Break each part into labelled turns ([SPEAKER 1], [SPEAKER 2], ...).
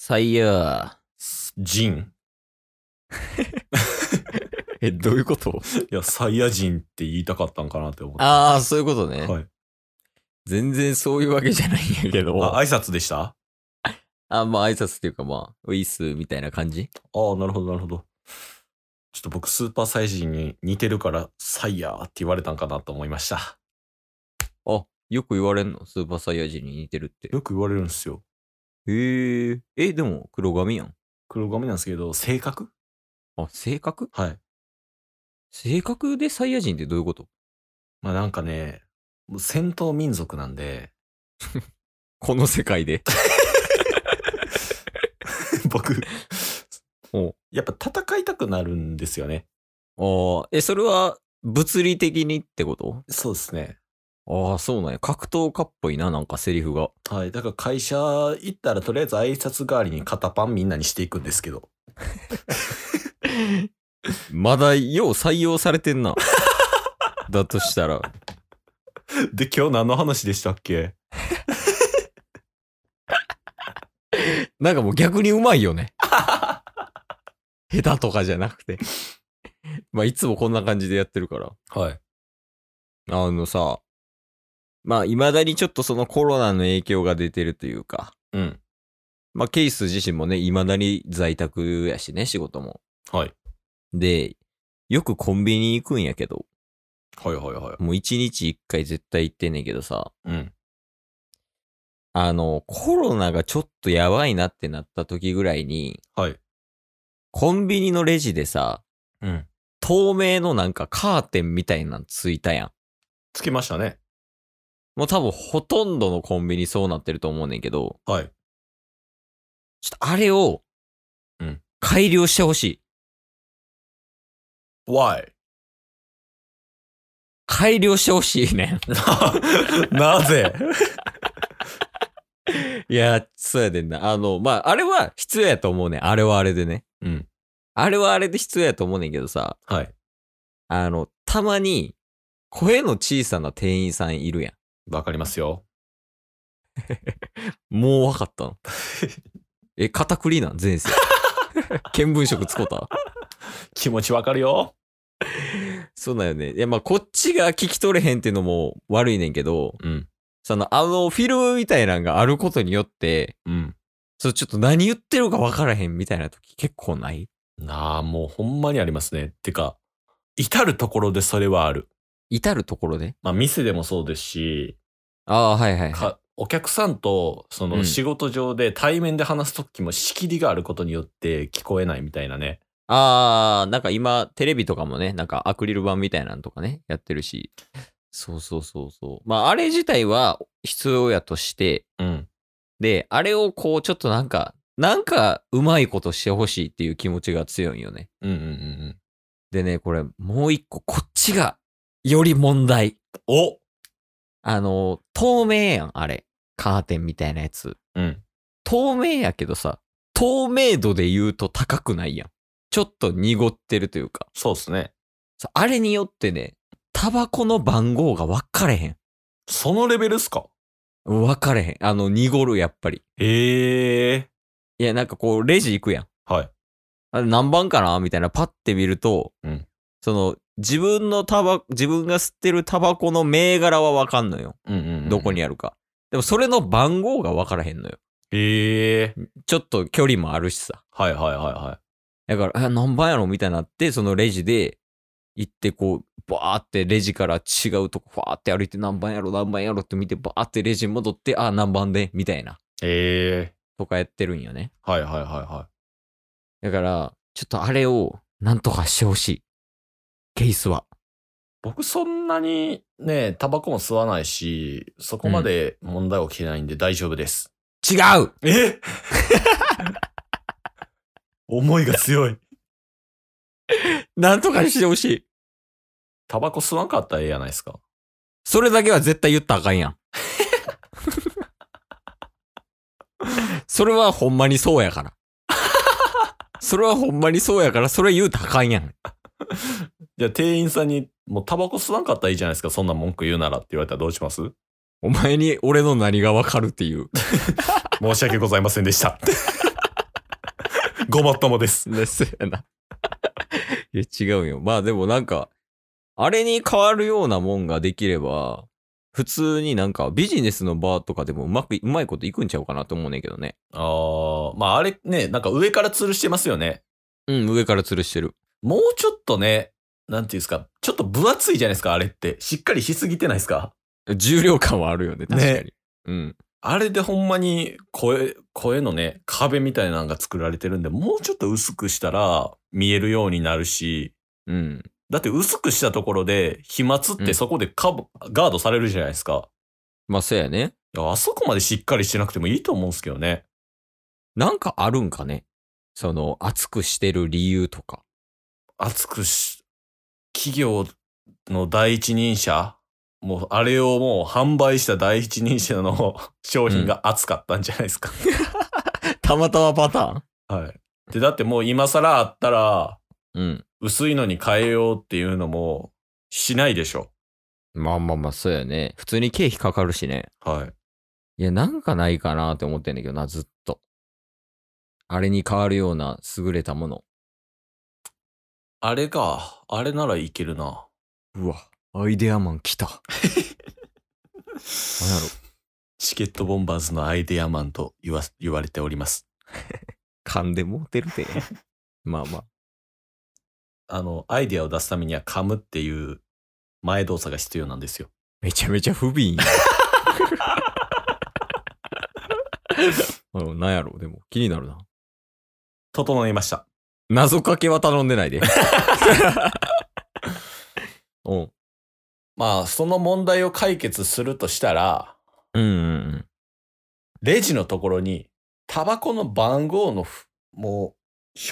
[SPEAKER 1] 採用。
[SPEAKER 2] ジン
[SPEAKER 1] え、どういうこと
[SPEAKER 2] いや、サイヤ人って言いたかったんかなって思って。
[SPEAKER 1] ああ、そういうことね。
[SPEAKER 2] はい。
[SPEAKER 1] 全然そういうわけじゃないんやけど。
[SPEAKER 2] あ、
[SPEAKER 1] あ
[SPEAKER 2] 挨拶でしたあ
[SPEAKER 1] まあ挨拶っていうかまあ、ウィスみたいな感じ
[SPEAKER 2] あ、なるほど、なるほど。ちょっと僕、スーパーサイヤ人に似てるから、サイヤーって言われたんかなと思いました。
[SPEAKER 1] あ、よく言われんのスーパーサイヤ人に似てるって。
[SPEAKER 2] よく言われるんですよ。
[SPEAKER 1] へえ。え、でも黒髪やん。
[SPEAKER 2] 黒髪なんですけど、性格
[SPEAKER 1] あ、性格
[SPEAKER 2] はい。
[SPEAKER 1] 性格でサイヤ人ってどういうこと
[SPEAKER 2] まあなんかね、もう戦闘民族なんで、
[SPEAKER 1] この世界 で。
[SPEAKER 2] 僕、
[SPEAKER 1] お
[SPEAKER 2] やっぱ戦いたくなるんですよね。
[SPEAKER 1] ああ、え、それは物理的にってこと
[SPEAKER 2] そうですね。
[SPEAKER 1] ああ、そうなんや。格闘家っぽいな、なんかセリフが。
[SPEAKER 2] はい。だから会社行ったらとりあえず挨拶代わりに肩パンみんなにしていくんですけど。
[SPEAKER 1] まだよう採用されてん な。だとしたら。
[SPEAKER 2] で、今日何の話でしたっけ
[SPEAKER 1] なんかもう逆にうまいよね。 下手とかじゃなくて。まあいつもこんな感じでやってるから。
[SPEAKER 2] はい。
[SPEAKER 1] あのさ、まあ未だにちょっとそのコロナの影響が出てるというか、
[SPEAKER 2] うん。
[SPEAKER 1] まあケイス自身もね、未だに在宅やしね、仕事も。
[SPEAKER 2] はい。
[SPEAKER 1] で、よくコンビニ行くんやけど、
[SPEAKER 2] はいはいはい。
[SPEAKER 1] もう一日一回絶対行ってんねんけどさ、
[SPEAKER 2] うん。
[SPEAKER 1] あの、コロナがちょっとやばいなってなった時ぐらいに、
[SPEAKER 2] はい。
[SPEAKER 1] コンビニのレジでさ、
[SPEAKER 2] うん。
[SPEAKER 1] 透明のなんかカーテンみたいなんついたやん。
[SPEAKER 2] つきましたね。
[SPEAKER 1] もう多分ほとんどのコンビニそうなってると思うねんけど、
[SPEAKER 2] はい。
[SPEAKER 1] ちょっとあれを
[SPEAKER 2] うん、
[SPEAKER 1] 改良してほしい。
[SPEAKER 2] Why?
[SPEAKER 1] 改良してほしいね
[SPEAKER 2] なぜ
[SPEAKER 1] ん。いや、そうやでんな。あの、まあ、あれは必要やと思うねん。あれはあれでね。
[SPEAKER 2] うん。
[SPEAKER 1] あれはあれで必要やと思うねんけどさ、
[SPEAKER 2] はい。
[SPEAKER 1] あの、たまに、声の小さな店員さんいるやん。
[SPEAKER 2] わかりますよ。
[SPEAKER 1] もう分かった のえ、片栗なん前世。 見聞色つこた
[SPEAKER 2] 気持ちわかるよ。
[SPEAKER 1] そうだよね。いや、まあ、こっちが聞き取れへんっていうのも悪いねんけど、
[SPEAKER 2] うん。
[SPEAKER 1] その、あの、フィルムみたいなんがあることによって、
[SPEAKER 2] うん。
[SPEAKER 1] そう、ちょっと何言ってるか分からへんみたいな時結構ない
[SPEAKER 2] なあ、もうほんまにありますね。てか、至るところでそれはある。
[SPEAKER 1] 至るところで
[SPEAKER 2] まあ、店でもそうですし、
[SPEAKER 1] ああ、はいはい、はい。
[SPEAKER 2] かお客さんと、そうの
[SPEAKER 1] ん
[SPEAKER 2] 仕事上で対面で話すときも仕切りがあることによって聞こえないみたいなね。
[SPEAKER 1] ああ、なんか今、テレビとかもね、なんかアクリル板みたいなのとかね、やってるし。そうそうそうそう。まあ、あれ自体は必要やとして、
[SPEAKER 2] うん。
[SPEAKER 1] で、あれをこう、ちょっとなんか、なんか、うまいことしてほしいっていう気持ちが強いんよね。
[SPEAKER 2] うんうんうん
[SPEAKER 1] でね、これ、もう一個、こっちが、より問題。
[SPEAKER 2] うん。お
[SPEAKER 1] あの、透明やん、あれ。カーテンみたいなやつ。
[SPEAKER 2] うん。
[SPEAKER 1] 透明やけどさ、透明度で言うと高くないやん。ちょっと濁ってるというか。
[SPEAKER 2] そうですね。
[SPEAKER 1] そうあれによってね、タバコの番号が分かれへん。
[SPEAKER 2] そのレベルっすか
[SPEAKER 1] 分かれへん。あの、濁る、やっぱり。
[SPEAKER 2] へえ。
[SPEAKER 1] いや、なんかこう、レジ行くやん。
[SPEAKER 2] はい。
[SPEAKER 1] あれ何番かなみたいな、パッて見ると、
[SPEAKER 2] うん
[SPEAKER 1] その、自分のタバ、自分が吸ってるタバコの銘柄は分かんのよ。
[SPEAKER 2] うんうん、
[SPEAKER 1] どこにあるか。でも、それの番号が分からへんのよ。
[SPEAKER 2] へえ。
[SPEAKER 1] ちょっと距離もあるしさ。
[SPEAKER 2] はいはいはいは
[SPEAKER 1] だから、え何番やろみたいになって、そのレジで行って、こう、バーってレジから違うとこ、ファーって歩いて、何番やろ、何番やろって見て、バーってレジに戻って、あ、何番で、みたいな、
[SPEAKER 2] い。へえ。
[SPEAKER 1] とかやってるんよね。
[SPEAKER 2] はいはいはいは
[SPEAKER 1] だから、ちょっとあれを、なんとかしてほしい。ケースは。
[SPEAKER 2] い。僕そんなにね、タバコも吸わないし、そこまで問題起きてないんで大丈夫です。
[SPEAKER 1] 違う
[SPEAKER 2] え 思いが強い。
[SPEAKER 1] なんとかしてほしい。
[SPEAKER 2] タバコ吸わんかったらええやないですか。
[SPEAKER 1] それだけは絶対言ったらあかんやん。それはほんまにそうやから。それはほんまにそうやから、それ言うたらあかんやん。
[SPEAKER 2] じゃあ店員さんに、もうタバコ吸わんかったらいいじゃないですか。そんな文句言うならって言われたらどうします
[SPEAKER 1] お前に俺の何がわかるっていう。
[SPEAKER 2] 申し訳ございませんでした。ごもっともです。
[SPEAKER 1] ねそうやな。 いや、違うよ。まあでもなんか、あれに変わるようなもんができれば、普通になんかビジネスの場とかでもうまくい、うまいこといくんちゃうかなと思うねんけどね。
[SPEAKER 2] ああ、まああれね、なんか上から吊るしてますよね。
[SPEAKER 1] うん、上から吊るしてる。
[SPEAKER 2] もうちょっとね、なんていうんですか、ちょっと分厚いじゃないですか、あれって。しっかりしすぎてないですか。
[SPEAKER 1] 重量感はあるよね、確かに。
[SPEAKER 2] ね
[SPEAKER 1] うん。
[SPEAKER 2] あれでほんまに声、声のね、壁みたいなのが作られてるんで、もうちょっと薄くしたら見えるようになるし、
[SPEAKER 1] うん。
[SPEAKER 2] だって薄くしたところで、飛沫ってそこでカブガードされるじゃないですか。
[SPEAKER 1] まあそうやね。
[SPEAKER 2] いやあそこまでしっかりしてなくてもいいと思うんですけどね。
[SPEAKER 1] なんかあるんかね。その、熱くしてる理由とか。
[SPEAKER 2] 熱くし、企業の第一人者、もうあれをもう販売した第一人者の 商品が熱かったんじゃないですか。
[SPEAKER 1] たまたまパターン
[SPEAKER 2] はい。で、だってもう今更あったら、
[SPEAKER 1] うん。
[SPEAKER 2] 薄いのに変えようっていうのもしないでしょ。
[SPEAKER 1] まあまあまあ、そうやね。普通に経費かかるしね。
[SPEAKER 2] はい。
[SPEAKER 1] いや、なんかないかなって思ってんだけどな、ずっと。あれに変わるような優れたもの。
[SPEAKER 2] あれか。あれならいけるな。
[SPEAKER 1] うわ、アイデアマン来た。何やろ。
[SPEAKER 2] チケットボンバーズのアイデアマンと言わ、言われております。
[SPEAKER 1] 噛んでもうてるで。 まあまあ。
[SPEAKER 2] あの、アイデアを出すためには噛むっていう前動作が必要なんですよ。
[SPEAKER 1] めちゃめちゃ不憫 や。うんなんやろでも気になるな。
[SPEAKER 2] 整いました。
[SPEAKER 1] 謎かけは頼んで ないで。うん。
[SPEAKER 2] まあ、その問題を解決するとしたら、
[SPEAKER 1] うんうん
[SPEAKER 2] レジのところに、タバコの番号のふ、もう、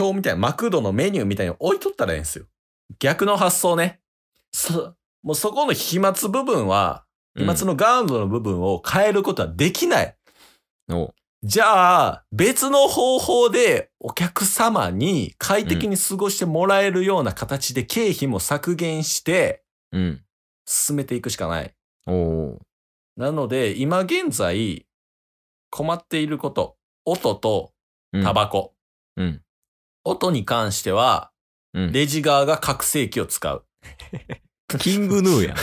[SPEAKER 2] 表みたいな、マクドのメニューみたいに置いとったらええんですよ。逆の発想ね。そ、もうそこの飛沫部分は、
[SPEAKER 1] う
[SPEAKER 2] 飛
[SPEAKER 1] ん。
[SPEAKER 2] 沫のガードの部分を変えることはできない。
[SPEAKER 1] うんお
[SPEAKER 2] じゃあ、別の方法でお客様に快適に過ごしてもらえるような形で経費も削減して
[SPEAKER 1] うん。
[SPEAKER 2] 進めていくしかない。
[SPEAKER 1] おお。
[SPEAKER 2] なので、今現在困っていること、音と
[SPEAKER 1] うん
[SPEAKER 2] タ。バコ。
[SPEAKER 1] うん。
[SPEAKER 2] 音に関しては、
[SPEAKER 1] うん。
[SPEAKER 2] レジ側が覚醒器を 使う。
[SPEAKER 1] キングヌ ーやん。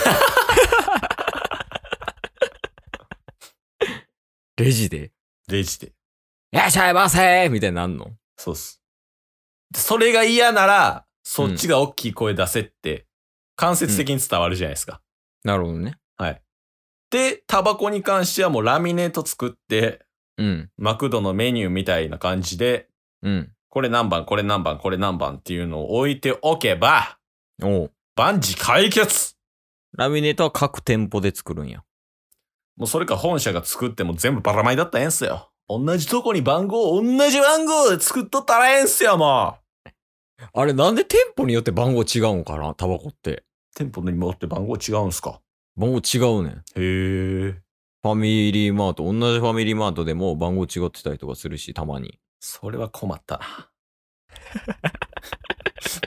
[SPEAKER 1] レジで、
[SPEAKER 2] レジで。
[SPEAKER 1] いらっしゃいませみたいになんの
[SPEAKER 2] そうっす。でそれが嫌なら、そっちが大きい声出せって、間接的に伝わるじゃないですか。
[SPEAKER 1] なるほどね。
[SPEAKER 2] で、タバコに関してはもうラミネート作って、
[SPEAKER 1] うん。
[SPEAKER 2] マクドのメニューみたいな感じで、
[SPEAKER 1] うん。
[SPEAKER 2] これ何番、これ何番、これ何番っていうのを置いておけば、
[SPEAKER 1] おう
[SPEAKER 2] 万事解決
[SPEAKER 1] ラミネートは各店舗で作るんや。
[SPEAKER 2] もうそれか本社が作っても全部ばらまいだったらええんすよ。同じとこに番号、同じ番号で作っとったらええんすよ、もう。
[SPEAKER 1] あれ、なんで店舗によって番号違うんかなタバコって。
[SPEAKER 2] 店舗に戻って番号違うんすか
[SPEAKER 1] 番号違うねん。
[SPEAKER 2] へえ。
[SPEAKER 1] ファミリーマート、同じファミリーマートでも番号違ってたりとかするし、たまに。
[SPEAKER 2] それは困ったな。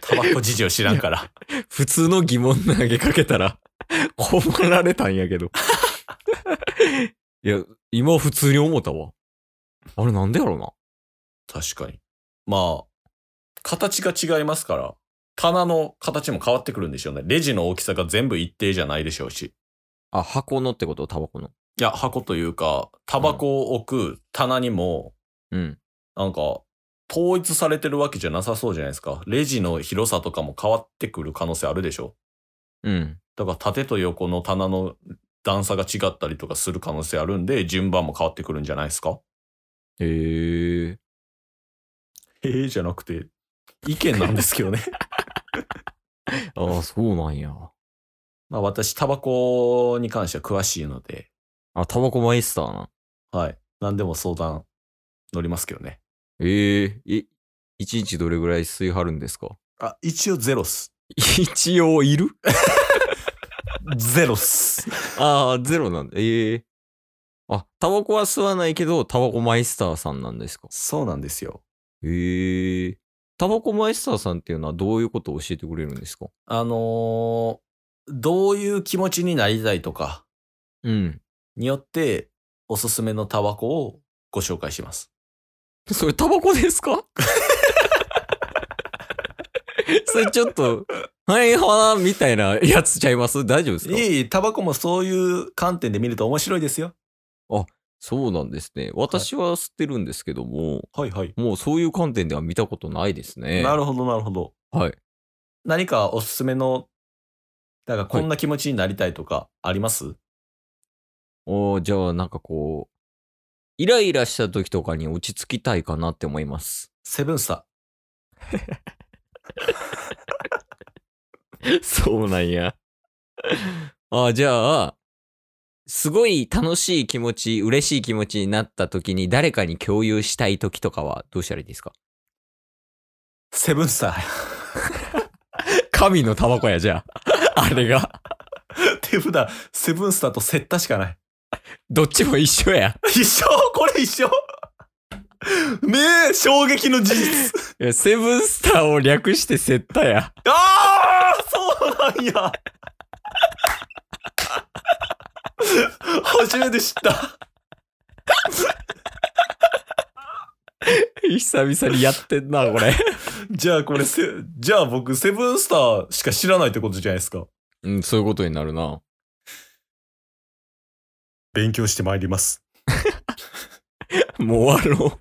[SPEAKER 2] タバコ事情知らんから。
[SPEAKER 1] 普通の疑問投げかけたら、困られたんやけど。いや、今普通に思ったわ。あれなんでやろうな。
[SPEAKER 2] 確かに。まあ、形が違いますから、棚の形も変わってくるんでしょうね。レジの大きさが全部一定じゃないでしょうし。
[SPEAKER 1] あ、箱のってことタバコの。
[SPEAKER 2] いや、箱というか、タバコを置く棚にも、
[SPEAKER 1] うん。
[SPEAKER 2] なんか、統一されてるわけじゃなさそうじゃないですか。レジの広さとかも変わってくる可能性あるでしょ
[SPEAKER 1] うん。
[SPEAKER 2] だから縦と横の棚の段差が違ったりとかする可能性あるんで、順番も変わってくるんじゃないですか
[SPEAKER 1] へえ。
[SPEAKER 2] へえじゃなくて、意見なんですけ どね。
[SPEAKER 1] ああ、そうなんや。
[SPEAKER 2] まあ私、タバコに関しては詳しいので、
[SPEAKER 1] あ、タバコマイスターな。
[SPEAKER 2] はい。何でも相談乗りますけどね。
[SPEAKER 1] えええ、一日どれぐらい吸い張るんですか
[SPEAKER 2] あ、一応ゼロっす。
[SPEAKER 1] 一応いる
[SPEAKER 2] ゼロっす。
[SPEAKER 1] ああ、ゼロなんだ。ええあ、タバコは吸わないけど、タバコマイスターさんなんですか
[SPEAKER 2] そうなんですよ。
[SPEAKER 1] ええタバコマイスターさんっていうのはどういうことを教えてくれるんですか
[SPEAKER 2] あのーどういう気持ちになりたいとか
[SPEAKER 1] うん。
[SPEAKER 2] によって、おすすめのタバコをご紹介します。
[SPEAKER 1] それタバコですか それちょっと、はい、はみたいなやつちゃいます大丈夫ですか
[SPEAKER 2] いい、タバコもそういう観点で見ると面白いですよ。
[SPEAKER 1] そうなんですね。私は吸ってるんですけども、
[SPEAKER 2] はいはい。
[SPEAKER 1] もうそういう観点では見たことないですね。
[SPEAKER 2] なるほど、なるほど。
[SPEAKER 1] はい。
[SPEAKER 2] 何かおすすめの、だからこんな気持ちになりたいとかあります、
[SPEAKER 1] おーじゃあなんかこう、イライラした時とかに落ち着きたいかなって思います。
[SPEAKER 2] セブンスター。
[SPEAKER 1] そうなんや。 あーじゃあ、すごい楽しい気持ち、嬉しい気持ちになった時に誰かに共有したい時とかはどうしたらいいですか
[SPEAKER 2] セブンスター。
[SPEAKER 1] 神のタバコや、じゃあ。 あれが。
[SPEAKER 2] 手札、セブンスターとセッタしかない。
[SPEAKER 1] どっちも一緒 や。
[SPEAKER 2] 一緒これ一緒ねえ、衝撃の事 実。
[SPEAKER 1] いやセブンスターを略してセッタや。
[SPEAKER 2] ああそうなん や。初めて知った。
[SPEAKER 1] 久々にやってんな、これ。
[SPEAKER 2] じゃあこれせ、じゃあ僕、セブンスターしか知らないってことじゃないですか。
[SPEAKER 1] うん、そういうことにな るな。
[SPEAKER 2] 勉強してまいります。
[SPEAKER 1] もう終わろう。